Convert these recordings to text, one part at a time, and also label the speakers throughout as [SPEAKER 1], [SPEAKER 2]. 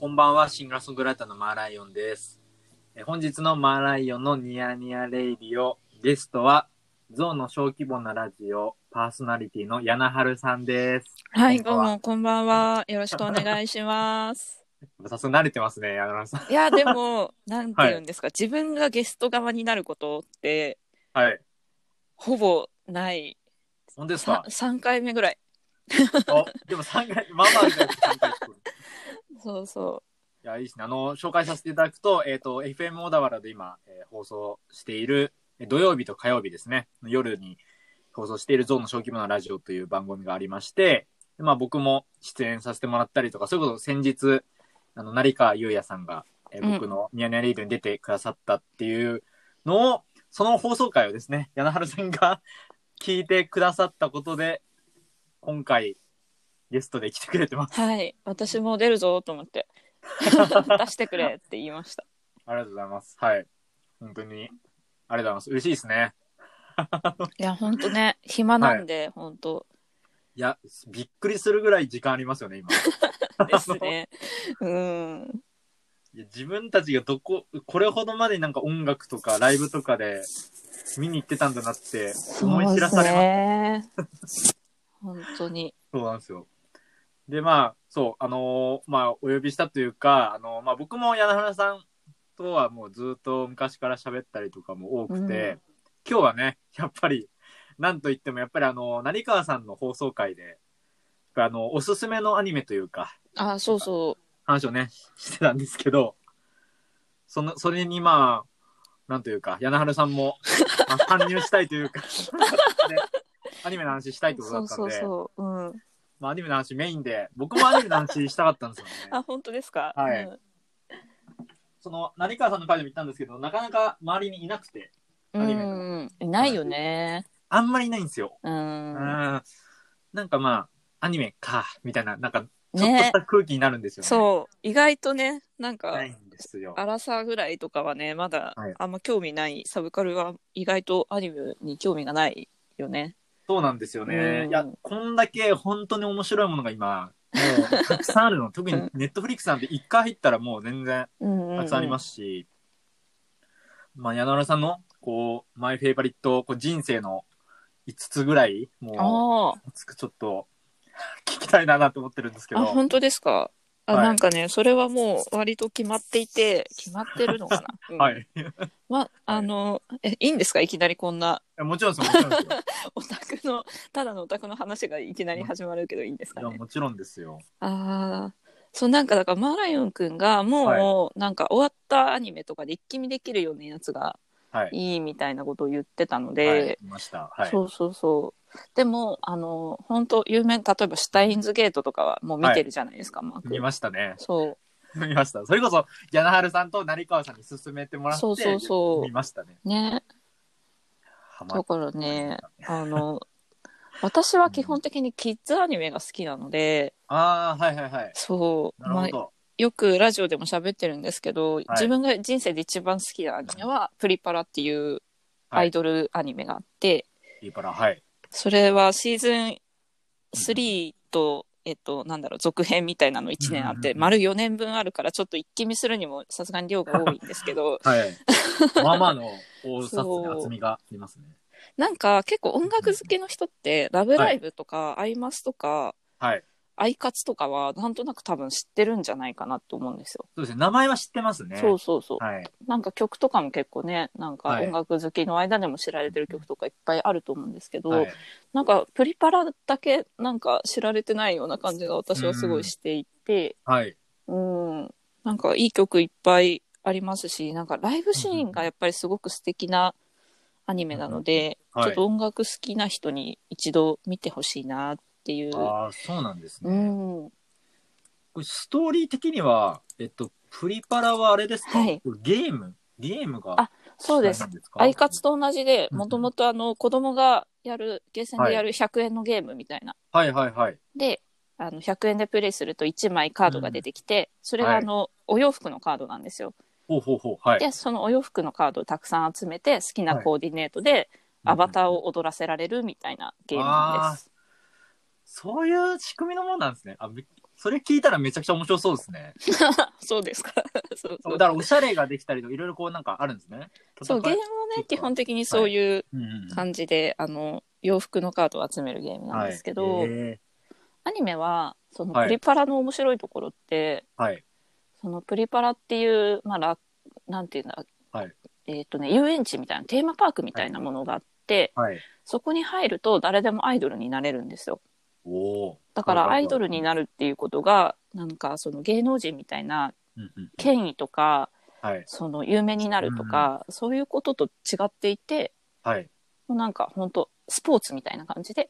[SPEAKER 1] こんばんは、シンガーソングライターのマーライオンです。えー本日のマーライオンのニヤニヤレイディオ、ゲストは、ゾウの小規模なラジオ、パーソナリティの柳春さんです。
[SPEAKER 2] はい、
[SPEAKER 1] こん
[SPEAKER 2] ど
[SPEAKER 1] ば
[SPEAKER 2] うん
[SPEAKER 1] は
[SPEAKER 2] も、こんばんは。よろしくお願いします。
[SPEAKER 1] 早速慣れてますね、柳原さん。
[SPEAKER 2] いや、で も、なんて言うんですか、自分がゲスト側になることって、
[SPEAKER 1] はい。
[SPEAKER 2] ほぼない。
[SPEAKER 1] 本当です
[SPEAKER 2] さ
[SPEAKER 1] か
[SPEAKER 2] 3回目ぐらい。
[SPEAKER 1] おでも3回、まあまあですね、3回作る
[SPEAKER 2] そうそ
[SPEAKER 1] いや、いいですね。あの、紹介させていただくと、えっ、と、FM 小田原で今、えー放送している、えー土曜日と火曜日ですね、夜に放送しているゾウの小規模なラジオという番組がありまして、でまあ僕も出演させてもらったりとか、それこそ先日、あの、成川優也さんが、えー
[SPEAKER 2] うん
[SPEAKER 1] 僕のニヤニヤリードに出てくださったっていうのを、その放送回をですね、柳原さんが聞いてくださったことで、今回、ゲストで来てくれてます
[SPEAKER 2] う。はい、私も出るぞと思って、 出してくれって言いました。
[SPEAKER 1] ありがとうございます。はい。本当に。ありがとうございます。嬉しいですね。
[SPEAKER 2] いや、ほんとね、暇なんで、ほんと
[SPEAKER 1] いや、びっくりするぐらい時間ありますよね、今。い
[SPEAKER 2] です ね。うん。
[SPEAKER 1] や自分たちがどこ、これほどまでなんか音楽とかライブとかで見に行ってたんだなって思い知らされます。
[SPEAKER 2] ね。本当に。
[SPEAKER 1] そうなんですよ。で、まあ、そう、あのーまあ、お呼びしたというか、あのーまあ、僕も柳原さんとはもうずっと昔から喋ったりとかも多くて、
[SPEAKER 2] うん
[SPEAKER 1] 今日はね、やっぱり、なんといっても、やっぱりあのー成川さんの放送会で、あのおすすめのアニメというか、
[SPEAKER 2] あ、そうそ
[SPEAKER 1] 話をね、してたんですけど、その、それにまあ、なんというか、柳原さんも、まあ、参入したいというか、で アニメの話したいっ
[SPEAKER 2] う。
[SPEAKER 1] てことだ
[SPEAKER 2] そ
[SPEAKER 1] ったん
[SPEAKER 2] う
[SPEAKER 1] で、
[SPEAKER 2] そうそう。うん。
[SPEAKER 1] まあ、アニメの話メインで、僕もアニメの話したかったんですよね
[SPEAKER 2] あ、。本当ですか。
[SPEAKER 1] はい
[SPEAKER 2] うん
[SPEAKER 1] その、成川さんの会でも行ったんですけど、なかなか周りにいなくて、
[SPEAKER 2] う
[SPEAKER 1] アニメの
[SPEAKER 2] ん、いないよね。
[SPEAKER 1] あんまりいないんですよ。
[SPEAKER 2] う。
[SPEAKER 1] うんん。なんかまあ、アニメか、みたいな、なんか、ちょっとし
[SPEAKER 2] ね。
[SPEAKER 1] た空気になるんですよね。
[SPEAKER 2] そう、意外とね、なんか
[SPEAKER 1] な、いんですよ。
[SPEAKER 2] アラサーぐらいとかはね、まだ
[SPEAKER 1] はい
[SPEAKER 2] あんま興味ない、サブカルは意外とアニメに興味がないよね。
[SPEAKER 1] そうなんですよね。
[SPEAKER 2] うん
[SPEAKER 1] いや、こんだけ本当に面白いものが今、もうたくさんある の。特にネットフリックスなんて一回入ったらもう全然
[SPEAKER 2] うん、。
[SPEAKER 1] たくさんありますすし、まあ、柳原さんの、こう、マイフェイバリット、こう人生の5つぐらい、も
[SPEAKER 2] あ
[SPEAKER 1] う、つくちょっと、聞きたいななと思ってるんですけ
[SPEAKER 2] あ、あ、
[SPEAKER 1] ど、
[SPEAKER 2] 本当ですか。あ、
[SPEAKER 1] はい
[SPEAKER 2] なんかね、それはもう割と決まっていて、決まってる のかな。うん
[SPEAKER 1] は。い。い
[SPEAKER 2] ま、あの、え、いいんですかいきなりこんな、
[SPEAKER 1] やもちろんですよ、もちろんですよ。
[SPEAKER 2] オタクの、ただのオタクの話がいきなり始まるけどいいんですか
[SPEAKER 1] い
[SPEAKER 2] ね
[SPEAKER 1] や、。もちろんですよ。
[SPEAKER 2] ああ、そうなんかだからマーライオンくんがもうなんか終わったアニメとかで一気見できるようなやつが
[SPEAKER 1] はい。
[SPEAKER 2] いいみたいなことを言ってたの
[SPEAKER 1] はい
[SPEAKER 2] で、、
[SPEAKER 1] いました。はい。
[SPEAKER 2] そうそうそう。でもあの本当有名例えばシュタインズゲートとかはもう見てるじゃないですか、マー
[SPEAKER 1] 見
[SPEAKER 2] 君。
[SPEAKER 1] ましたね。
[SPEAKER 2] そう
[SPEAKER 1] 見ました。それこそ、柳原さんと成川さんに勧めてもらって、
[SPEAKER 2] そうそうそう
[SPEAKER 1] 見ましたね。
[SPEAKER 2] ね。
[SPEAKER 1] ハマ
[SPEAKER 2] だ
[SPEAKER 1] っ
[SPEAKER 2] からね、あの私は基本的にキッズアニメが好きなので、
[SPEAKER 1] ああ、はいはいはい。
[SPEAKER 2] そう、
[SPEAKER 1] なる
[SPEAKER 2] ま
[SPEAKER 1] ほ
[SPEAKER 2] あ、
[SPEAKER 1] ど。
[SPEAKER 2] よくラジオでも喋ってるんですけど、自分が人生で一番好きなアニメは「プリパラ」っていうアイドルアニメがあって、
[SPEAKER 1] いいから、はい。
[SPEAKER 2] それはシーズン3と、えっと、なんだろう続編みたいなの1年あっ
[SPEAKER 1] うんうん
[SPEAKER 2] て、
[SPEAKER 1] うん
[SPEAKER 2] 丸4年分あるからちょっと一気見するにもさすがに量が多いんですけ ど
[SPEAKER 1] はい。まあまあの大さ
[SPEAKER 2] そう
[SPEAKER 1] 厚みがありますね。
[SPEAKER 2] なんか結構音楽好きの人って「ラブライブ!」とか「アイマス」とか
[SPEAKER 1] はい。
[SPEAKER 2] 「アイカツ」とかはなんとなく多分知ってるんじゃないかなと思うんですよ。
[SPEAKER 1] そうですね。名前は知ってますね。
[SPEAKER 2] そうそうそう。
[SPEAKER 1] はい。
[SPEAKER 2] なんか曲とかも結構ねなんか
[SPEAKER 1] はい
[SPEAKER 2] 音楽好きの間でも知られてる曲とかいっぱいあると思うんですけど、
[SPEAKER 1] はい。
[SPEAKER 2] なんかプリパラだけなんか知られてないような感じが私はすごいしていて、
[SPEAKER 1] はい。
[SPEAKER 2] うんなんかいい曲いっぱいありますしなんかライブシーンがやっぱりすごく素敵なアニメなので、
[SPEAKER 1] はい
[SPEAKER 2] ちょっと音楽好きな人に一度見てほしいなっていう。
[SPEAKER 1] ああ、そうなんですね。
[SPEAKER 2] うん、
[SPEAKER 1] これストーリー的には、えっと、プリパラはあれですか、
[SPEAKER 2] はい
[SPEAKER 1] これゲームゲームが
[SPEAKER 2] あそうです
[SPEAKER 1] 主体なんか
[SPEAKER 2] アイカツと同じで
[SPEAKER 1] うん
[SPEAKER 2] もともとあの子供がやるゲーセンでやる100円のゲームみたいな
[SPEAKER 1] はいはいはい。
[SPEAKER 2] であの100円でプレイすると1枚カードが出てきて、それがあの、お洋服のカードなんですよ。
[SPEAKER 1] ほうほうほう。はい。
[SPEAKER 2] でそのお洋服のカードをたくさん集めて好きなコーディネートでアバターを踊らせられるみたいなゲームなんです。
[SPEAKER 1] そういう仕組みのもんなんですね。あ、めそれ聞いたらめちゃくちゃ面白そうですね。
[SPEAKER 2] そうですかそう
[SPEAKER 1] そうだからおしゃれができたりとかいろいろこうなんかあるんですね。
[SPEAKER 2] そうゲームは
[SPEAKER 1] そっ
[SPEAKER 2] ね
[SPEAKER 1] か
[SPEAKER 2] 基本的にそういう
[SPEAKER 1] うんうん
[SPEAKER 2] 感じで、あの洋服のカードを集めるゲームなんですけど、
[SPEAKER 1] はいえ
[SPEAKER 2] アニメはその
[SPEAKER 1] はい
[SPEAKER 2] プリパラの面白いところって、
[SPEAKER 1] ーはい
[SPEAKER 2] そのプリパラっていう、まあ、らなんていうんだ、
[SPEAKER 1] はい
[SPEAKER 2] えっ、とね遊園地みたいなテーマパークみたいなものがあって、
[SPEAKER 1] はい。
[SPEAKER 2] そこに入ると誰でもアイドルになれるんですよ
[SPEAKER 1] おお。
[SPEAKER 2] だからアイドルになるっていうことがなんかその芸能人みたいな
[SPEAKER 1] うんうん。
[SPEAKER 2] 権威とか
[SPEAKER 1] はい
[SPEAKER 2] その有名になるとか、そういうことと違っていて
[SPEAKER 1] はい。
[SPEAKER 2] もうなんか本当スポーツみたいな感じで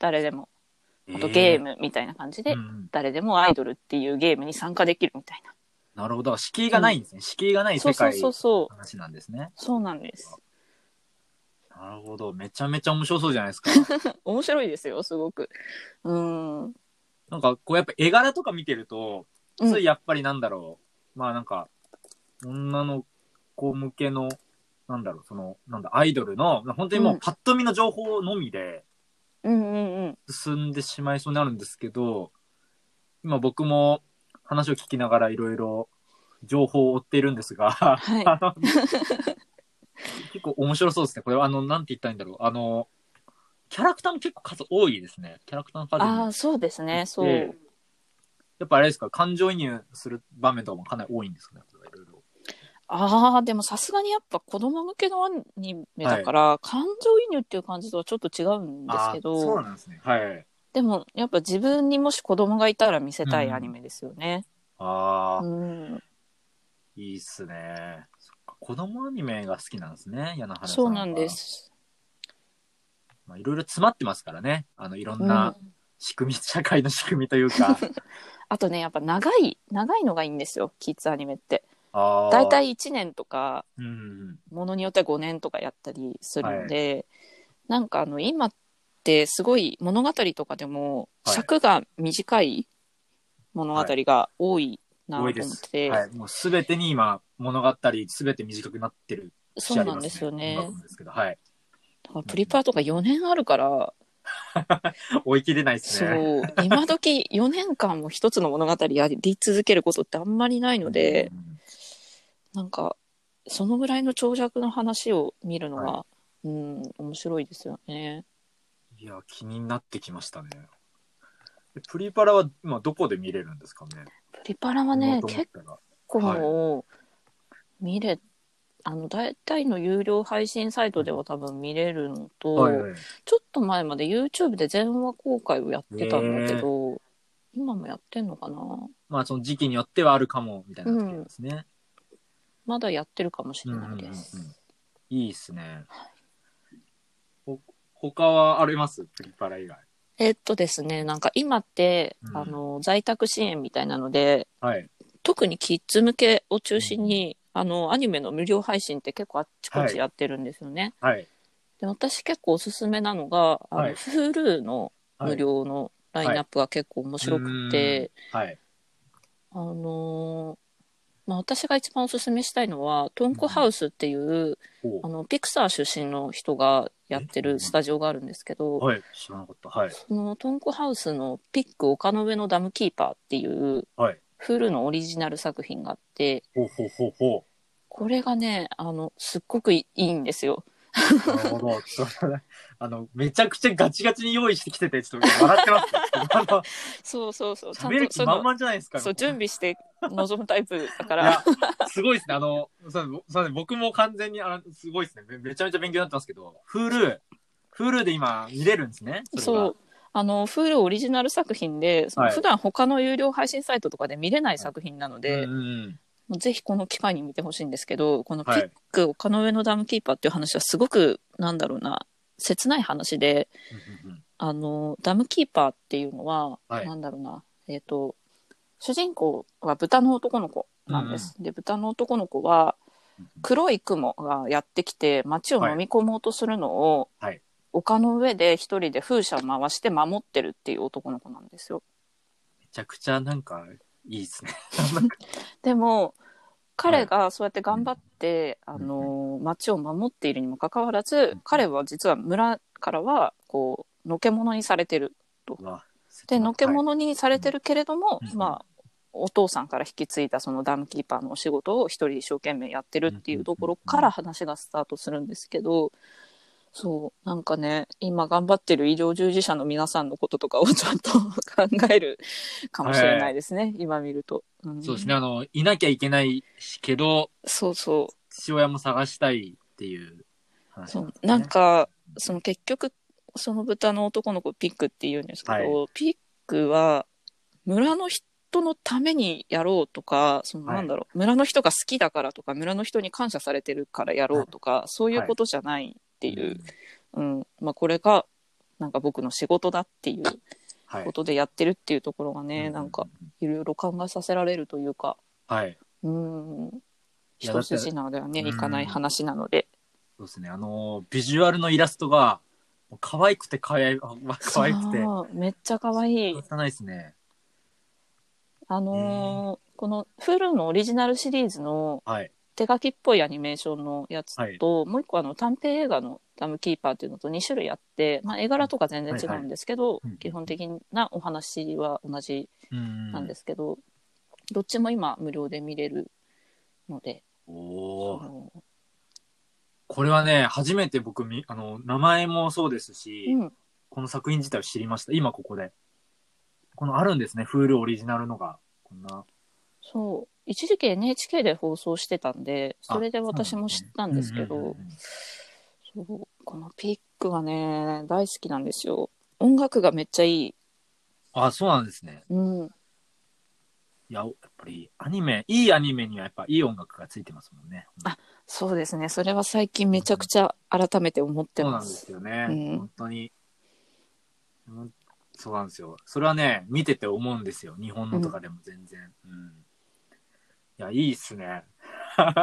[SPEAKER 2] 誰でもあと
[SPEAKER 1] え
[SPEAKER 2] ゲームみたいな感じで、
[SPEAKER 1] うんうん
[SPEAKER 2] 誰でもアイドルっていうゲームに参加できるみたいな、
[SPEAKER 1] なるほど。敷居がないんですね。敷居がない
[SPEAKER 2] そう
[SPEAKER 1] 世
[SPEAKER 2] そう
[SPEAKER 1] 界
[SPEAKER 2] そう
[SPEAKER 1] の
[SPEAKER 2] そう
[SPEAKER 1] 話なんですね。
[SPEAKER 2] そうなんです
[SPEAKER 1] なるほど。めちゃめちゃ面白そうじゃないで すか。
[SPEAKER 2] 面白いですよすごくうん
[SPEAKER 1] なんかこうやっぱ絵柄とか見てると、
[SPEAKER 2] うん
[SPEAKER 1] ついやっぱりなんだろう。まあなんか、女の子向けの、なんだろう、その、なんだ、アイドルの、本当にも
[SPEAKER 2] うん
[SPEAKER 1] うパッと見の情報のみで
[SPEAKER 2] うんうんうん
[SPEAKER 1] 進んでしまいそうになるんですけど、今僕も話を聞きながらいろいろ情報を追っているんですが、
[SPEAKER 2] はい
[SPEAKER 1] あの結構面白そうですね。これはあの、なんて言ったらいいんだろう。あの、キャラクターも結構数多いですね。キャラクターの数も
[SPEAKER 2] ああそうですねそう、
[SPEAKER 1] でやっぱあれですか、感情移入する場面とかもかなり多いんですかね、これはいろいろ。
[SPEAKER 2] ああでもさすがにやっぱ子供向けのアニメだから、感情移入っていう感じとはちょっと違うんですけ
[SPEAKER 1] あーそう
[SPEAKER 2] ど
[SPEAKER 1] なんですね。はい。
[SPEAKER 2] でもやっぱ自分にもし子供がいたら見せたいアニメですよね、
[SPEAKER 1] ああ、
[SPEAKER 2] うん
[SPEAKER 1] いいっすね。そっか子供アニメが好きなんですね、柳原さん。
[SPEAKER 2] そうなんで。す
[SPEAKER 1] まあ、いろいろ詰まってますからね。あの、いろん
[SPEAKER 2] うん
[SPEAKER 1] な仕組み、 社会の仕組みというか。
[SPEAKER 2] あとねやっぱ長い長いのがいいんですよキッズアニメって
[SPEAKER 1] ああ。
[SPEAKER 2] 大。体1年とか
[SPEAKER 1] うんうん。
[SPEAKER 2] ものによっては5年とかやったりするので、なんかあの今ってすごい物語とかでも
[SPEAKER 1] はい
[SPEAKER 2] 尺が短い物語が多いなと
[SPEAKER 1] 多
[SPEAKER 2] 思っ
[SPEAKER 1] い
[SPEAKER 2] て
[SPEAKER 1] で
[SPEAKER 2] て、
[SPEAKER 1] す。はい。もうすべてに今、物語、すべて短くなってる、
[SPEAKER 2] そうなんですよね。
[SPEAKER 1] 節あります音楽もですけど、はい。
[SPEAKER 2] だからプリパラとか4年あるから、
[SPEAKER 1] 追い切れないです
[SPEAKER 2] そ
[SPEAKER 1] ね。
[SPEAKER 2] う、今時4年間も一つの物語やり続けることってあんまりないので
[SPEAKER 1] う、ん
[SPEAKER 2] なんか、そのぐらいの長尺の話を見るのが、
[SPEAKER 1] は
[SPEAKER 2] うん、面白いですよね。
[SPEAKER 1] いや、気になってきましたね。えプリパラは今どこで見れるんですかね
[SPEAKER 2] プリパラはね、結
[SPEAKER 1] 構。
[SPEAKER 2] 結構見れ、あの大体の有料配信サイトでは多分見れるのと、
[SPEAKER 1] はいはい、
[SPEAKER 2] ちょっと前まで YouTube で全話公開をやってたんだけど、今もやってんのかな
[SPEAKER 1] まあその時期によってはあるかもみたいな時ですね。
[SPEAKER 2] まだやってるかもし
[SPEAKER 1] う
[SPEAKER 2] れ
[SPEAKER 1] んうんう
[SPEAKER 2] なん
[SPEAKER 1] う
[SPEAKER 2] い
[SPEAKER 1] ん
[SPEAKER 2] です。
[SPEAKER 1] いいですね。ほ他はありますプリパラ以外。
[SPEAKER 2] えっとですね、なんか今って、
[SPEAKER 1] うん
[SPEAKER 2] あの在宅支援みたいなので、
[SPEAKER 1] はい。
[SPEAKER 2] 特にキッズ向けを中心に、あのアニメの無料配信って結構あっちこっちやってるんですよね。
[SPEAKER 1] はい。
[SPEAKER 2] で私結構おすすめなのが、あの
[SPEAKER 1] はい
[SPEAKER 2] Hulu の
[SPEAKER 1] はい
[SPEAKER 2] 無。料のラインナップが結構面白くて、
[SPEAKER 1] はい。
[SPEAKER 2] あのーまあ、私が一番おすすめしたいのはトンコハウスっていう、
[SPEAKER 1] お
[SPEAKER 2] あのピクサー出身の人がやってるスタジオがあるんですけど、
[SPEAKER 1] はい。知らなかった。はい。
[SPEAKER 2] そのトンコハウスの「ピック丘の上のダムキーパー」っていう、
[SPEAKER 1] はい
[SPEAKER 2] フルのオリジナル作品があって
[SPEAKER 1] ほうほうほうほ
[SPEAKER 2] これがねあのすっごくいいいいんですよ。
[SPEAKER 1] う。なるほど。 ちょっとあの、めちゃくちゃガチガチに用意してきてて、ちょっと笑って ます。あの
[SPEAKER 2] そうそうそうちゃん
[SPEAKER 1] 喋る
[SPEAKER 2] と
[SPEAKER 1] 気
[SPEAKER 2] そ
[SPEAKER 1] 満
[SPEAKER 2] の
[SPEAKER 1] 々じゃないですか。
[SPEAKER 2] そう準備して臨むタイプだか
[SPEAKER 1] い
[SPEAKER 2] ら。
[SPEAKER 1] や、すごいですね。あの、そうすいません僕も完全に、あの、すごいですね。めめちゃめちゃ勉強になってますけど、Hulu、Hulu で今見れるんですね。れが
[SPEAKER 2] そう。あの、Hulu オリジナル作品で、その
[SPEAKER 1] はい
[SPEAKER 2] 普段他の有料配信サイトとかで見れない作品なので、
[SPEAKER 1] うんうん
[SPEAKER 2] もうぜひこの機会に見てほしいんですけど、このピ
[SPEAKER 1] は
[SPEAKER 2] ッ
[SPEAKER 1] い。
[SPEAKER 2] ク、丘の上のダムキーパーっていう話はすごく、なんだろうな、切ない話で、
[SPEAKER 1] うんうんうん
[SPEAKER 2] あの、ダムキーパーっていうのは、
[SPEAKER 1] はい
[SPEAKER 2] なんだろうな、えっ、と、主人公は豚の男の子なんです。で、豚の男の子は、黒い雲がやってきて町を飲み込もうとするのを、
[SPEAKER 1] はいはい
[SPEAKER 2] 丘の上で一人で風車を回して守ってるっていう男の子なんですよ。
[SPEAKER 1] めちゃくちゃなんか、いいですね。
[SPEAKER 2] でも彼がそうやって頑張って、あの町を守っているにもかかわらず
[SPEAKER 1] ん
[SPEAKER 2] 彼は実は村からはこうのけ者にされてる
[SPEAKER 1] うわ
[SPEAKER 2] でのけ者にされてるけれども、
[SPEAKER 1] うん
[SPEAKER 2] まあお父さんから引き継いだそのダムキーパーのお仕事を一人一生懸命やってるっていうところから話がスタートするんですけどそうなんかね今頑張ってる医療従事者の皆さんのこととかをちょっと 考えるかもしれないですね、今見ると、ん
[SPEAKER 1] そうですね、あの、いなきゃいけないしけど、
[SPEAKER 2] そうそう
[SPEAKER 1] 父親も探したいっていう話
[SPEAKER 2] そ
[SPEAKER 1] なん
[SPEAKER 2] う
[SPEAKER 1] ですね、
[SPEAKER 2] なんかその結局その豚の男の子ピックって言うんですけど、
[SPEAKER 1] は
[SPEAKER 2] ピックは村の人のためにやろうとかその
[SPEAKER 1] はい
[SPEAKER 2] なんだろう、村の人が好きだからとか村の人に感謝されてるからやろうとか、そういうことじゃないっていう、
[SPEAKER 1] ん
[SPEAKER 2] うんまあ、これがなんか僕の仕事だっていう
[SPEAKER 1] はい
[SPEAKER 2] こ。とでやってるっていうところがね、
[SPEAKER 1] うん
[SPEAKER 2] なんか。いろいろ考えさせられるというか、
[SPEAKER 1] はい。
[SPEAKER 2] うん、
[SPEAKER 1] いや
[SPEAKER 2] 一筋縄ではねいかない話なので、
[SPEAKER 1] そうですね、あの、ビジュアルのイラストが、もう可愛くて可愛い、まあ可愛くて、
[SPEAKER 2] そうめっちゃ可愛い
[SPEAKER 1] 仕方ないですね。
[SPEAKER 2] あのーこの Hulu のオリジナルシリーズの
[SPEAKER 1] はい。
[SPEAKER 2] 手書きっぽいアニメーションのやつと、もう一個あの短編映画のダムキーパーっていうのと2種類あって、まあ、絵柄とか全然違うんですけど、
[SPEAKER 1] いはいうん
[SPEAKER 2] 基本的なお話は同じ
[SPEAKER 1] うん
[SPEAKER 2] なんですけど、どっちも今無料で見れるので、
[SPEAKER 1] お
[SPEAKER 2] う
[SPEAKER 1] ー
[SPEAKER 2] ん
[SPEAKER 1] これはね、初めて僕み、あの、名前もそうですし、
[SPEAKER 2] うん、
[SPEAKER 1] この作品自体を知りました。今ここで。このあるんですね、フールオリジナルのが。こんな。
[SPEAKER 2] そう一時期 NHK で放送してたんでそれで私も知ったんですけ
[SPEAKER 1] うんうんう
[SPEAKER 2] ど
[SPEAKER 1] んうん
[SPEAKER 2] そうこのピックがね大好きなんですよ音楽がめっちゃいい、
[SPEAKER 1] あ、そうなんですね。
[SPEAKER 2] うん、
[SPEAKER 1] いや、やっぱりアニメ、いいアニメにはやっぱいい音楽がついてますもんね。
[SPEAKER 2] あそうですね。それは最近めちゃくちゃ改めて思って
[SPEAKER 1] そうな
[SPEAKER 2] ま。
[SPEAKER 1] んですすよね。
[SPEAKER 2] うん
[SPEAKER 1] 本当に。うんそうなんですよ。それはね、見てて思うんですよ。日本のとかでも全然。うん。いや、いいっすね。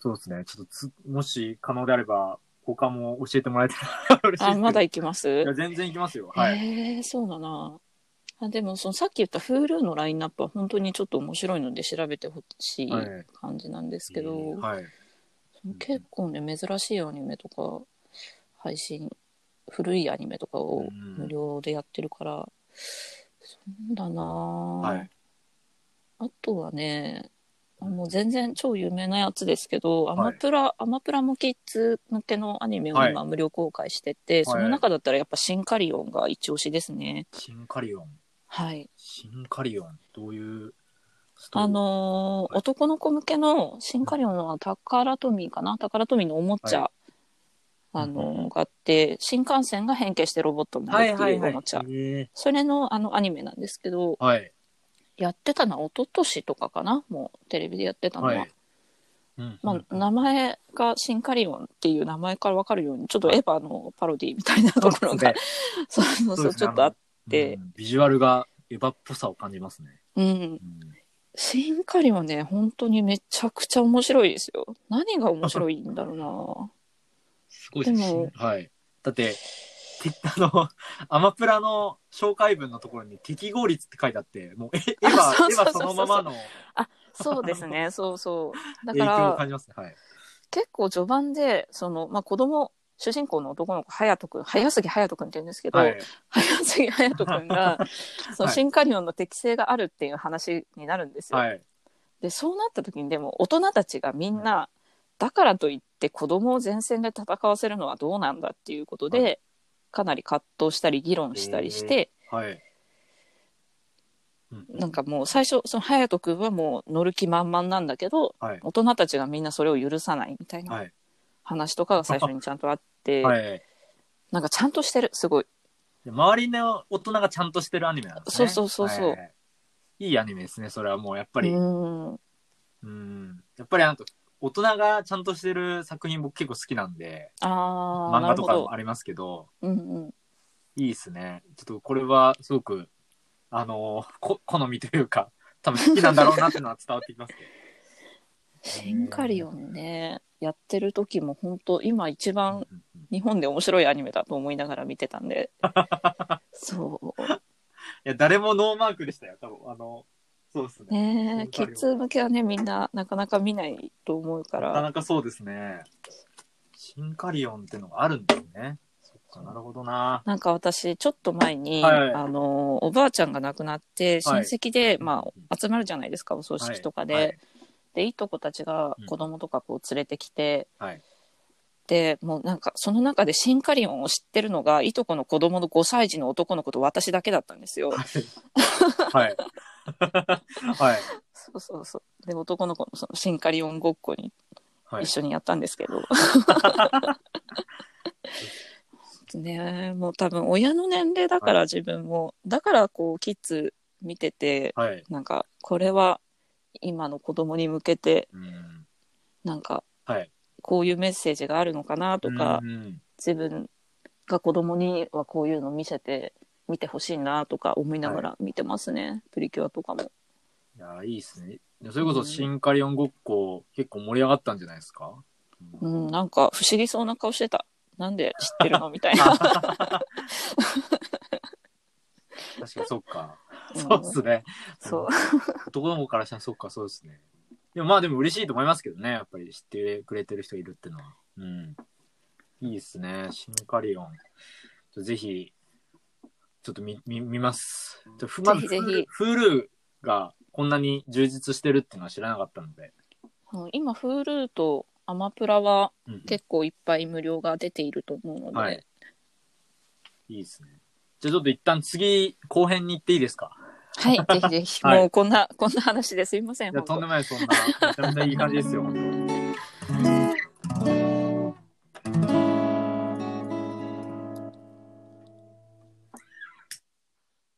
[SPEAKER 1] そうですね。ちょっとつ、もし可能であれば、他も教えてもらえたら 嬉しいですけど。
[SPEAKER 2] あ、まだ
[SPEAKER 1] い
[SPEAKER 2] 行きます
[SPEAKER 1] や、全然いきますよ。はい。
[SPEAKER 2] えーそうだな。あでもそのさっき言った Hulu のラインナップは本当にちょっと面白いので調べてほしい
[SPEAKER 1] はい
[SPEAKER 2] 感じなんですけど、
[SPEAKER 1] はい。
[SPEAKER 2] 結構ね珍しいアニメとか配信古いアニメとかを
[SPEAKER 1] うん
[SPEAKER 2] 無料でやってるから、そうだな、
[SPEAKER 1] はい。
[SPEAKER 2] あとはね、あもう全然超有名なやつですけど、アマプラ、アマプラもキッズ向けのアニメを
[SPEAKER 1] はい
[SPEAKER 2] 今無料公開してて、その中だったらやっぱシンカリオンが一押しですね。
[SPEAKER 1] シンカリオン。
[SPEAKER 2] はい。
[SPEAKER 1] シンカリオン。どういうストー
[SPEAKER 2] あ
[SPEAKER 1] リー、
[SPEAKER 2] のー男の子向けのシンカリオンは宝富かな宝富のおもちゃ、あ
[SPEAKER 1] うんうん
[SPEAKER 2] のーがあって、新幹線が変形してロボットになるっていうおもちゃ。
[SPEAKER 1] え
[SPEAKER 2] それのあのアニメなんですけど、
[SPEAKER 1] ーはい。
[SPEAKER 2] やってたのは一昨年とかかなもうテレビでやってたのは。
[SPEAKER 1] はい。うん
[SPEAKER 2] まあ、名前がシンカリオンっていう名前から分かるようにちょっとエヴァのパロディみたいなところが そうそうそうちょっとあって
[SPEAKER 1] あのうんビジュアルがエヴァっぽさを感じますね。
[SPEAKER 2] うん
[SPEAKER 1] うん
[SPEAKER 2] シンカリオンね本当にめちゃくちゃ面白いですよ何が面白いんだろ
[SPEAKER 1] すごいです
[SPEAKER 2] でも
[SPEAKER 1] ね。はい。だって、てあの、 アマプラの紹介文のところに適合率って書いてあって、もうえエヴ
[SPEAKER 2] あそ
[SPEAKER 1] ァ、
[SPEAKER 2] う
[SPEAKER 1] エヴァ
[SPEAKER 2] そうそうそ
[SPEAKER 1] そうのままの
[SPEAKER 2] うなあそうで すねそうそうだ
[SPEAKER 1] 影響
[SPEAKER 2] か
[SPEAKER 1] を
[SPEAKER 2] ら
[SPEAKER 1] 感じますね。はい。
[SPEAKER 2] 結構序盤でその、まあ、子供主人公の男の子隼人君早杉隼人君って言うんですけど、
[SPEAKER 1] はい。
[SPEAKER 2] 早杉隼人 君がその
[SPEAKER 1] はい
[SPEAKER 2] シンカリオンの適性があるっていう話になるんですよ。
[SPEAKER 1] はい。
[SPEAKER 2] でそうなった時にでも大人たちがみんな、だからといって子供を前線で戦わせるのはどうなんだっていうことで、
[SPEAKER 1] は
[SPEAKER 2] かなり葛藤したり議論したりして、
[SPEAKER 1] はい。うん
[SPEAKER 2] なんかもう最初その隼人君はもう乗る気満々なんだけど
[SPEAKER 1] はい。
[SPEAKER 2] 大人たちがみんなそれを許さないみたいな
[SPEAKER 1] はい。
[SPEAKER 2] 話とかが最初にちゃんとあって、
[SPEAKER 1] はい。
[SPEAKER 2] なんかちゃんとしてるすごい
[SPEAKER 1] で周りの大人がちゃんとしてるアニメなんですね。
[SPEAKER 2] そうそうそうそう
[SPEAKER 1] はいいいアニメですね、それはもうやっぱ
[SPEAKER 2] う
[SPEAKER 1] り。
[SPEAKER 2] ん
[SPEAKER 1] うん。やっぱりなんか、大人がちゃんとしてる作品僕結構好きなんで、
[SPEAKER 2] あー
[SPEAKER 1] 漫
[SPEAKER 2] な
[SPEAKER 1] 画
[SPEAKER 2] る
[SPEAKER 1] と
[SPEAKER 2] ほ
[SPEAKER 1] か
[SPEAKER 2] ど
[SPEAKER 1] もありますけど、
[SPEAKER 2] うん
[SPEAKER 1] いいっすね。ちょっとこれはすごく、あのーこ、好みというか、多分好きなんだろうなっていうのは伝わってきますけど。
[SPEAKER 2] シンカリオンねやってる時も本当今一
[SPEAKER 1] う
[SPEAKER 2] 番
[SPEAKER 1] んうんうんい
[SPEAKER 2] 日本で面白いアニメだと思いながら見てた んでそう
[SPEAKER 1] や、誰もノーマークでしたよ、多分。あの、そうですね。
[SPEAKER 2] ねえ、キッズ向けはね、みんななかなか見ないと思うか、
[SPEAKER 1] なからなかそうですね。シンカリオンってのがあるんですね。そっか、なるほどな。
[SPEAKER 2] なんか私、ちょっと前に、
[SPEAKER 1] はい
[SPEAKER 2] あの、おばあちゃんが亡くなって、親
[SPEAKER 1] はい
[SPEAKER 2] 戚で、まあ、集まるじゃないですか、お葬式とかで。
[SPEAKER 1] はい
[SPEAKER 2] で、いとこたちが子供とかこう連れてきて、
[SPEAKER 1] はい
[SPEAKER 2] で、もうなんか、その中でシンカリオンを知ってるのが、いとこの子供の5歳児の男の子と私だけだったんですよ。
[SPEAKER 1] はい。はい。
[SPEAKER 2] そうそうそう。で、男の子のそのシンカリオンごっこに
[SPEAKER 1] はい
[SPEAKER 2] 一。緒にやったんです けど。ねもう多分親の年齢だから自分も、だからこうキッズ見てて
[SPEAKER 1] はい。
[SPEAKER 2] なんかこれは今の子供に向けて
[SPEAKER 1] うん。
[SPEAKER 2] なんか
[SPEAKER 1] はい。
[SPEAKER 2] こういうメッセージがあるのかなとか、
[SPEAKER 1] うん
[SPEAKER 2] 自分が子供にはこういうの見せて見てほしいなとか思いながら見てますね、プリキュアとかも。
[SPEAKER 1] いや、いいですね。それこそ、シンカリオンごっこ、結構盛り上がったんじゃないですか
[SPEAKER 2] うん、なんか不思議そうな顔してた。なんで知ってるのみた いな。
[SPEAKER 1] 確かに、そっか。
[SPEAKER 2] うん
[SPEAKER 1] そうですね。
[SPEAKER 2] そう。
[SPEAKER 1] 男の子からしたら、そっか、そうですね。でも、まあ、でも嬉しいと思いますけどね。やっぱり知ってくれてる人いるってのは。うん。いいですね。シンカリオン。ちょぜひ、ちょっと見、見、見ます。ちょふまず、
[SPEAKER 2] ぜひぜひ
[SPEAKER 1] Hulu がこんなに充実してるっていうのは知らなかったので。
[SPEAKER 2] うん今 Hulu とアマプラは
[SPEAKER 1] うん
[SPEAKER 2] 結構いっぱい無料が出ていると思うので、
[SPEAKER 1] はいいいですね。じゃあちょっと一旦次、後編に行っていいですか
[SPEAKER 2] はい、ぜひぜひ、
[SPEAKER 1] はい
[SPEAKER 2] もうこんな、こんな話ですいません。
[SPEAKER 1] いや、とん
[SPEAKER 2] 本
[SPEAKER 1] でもない、そんな。めちゃめちゃいい感じですよ、本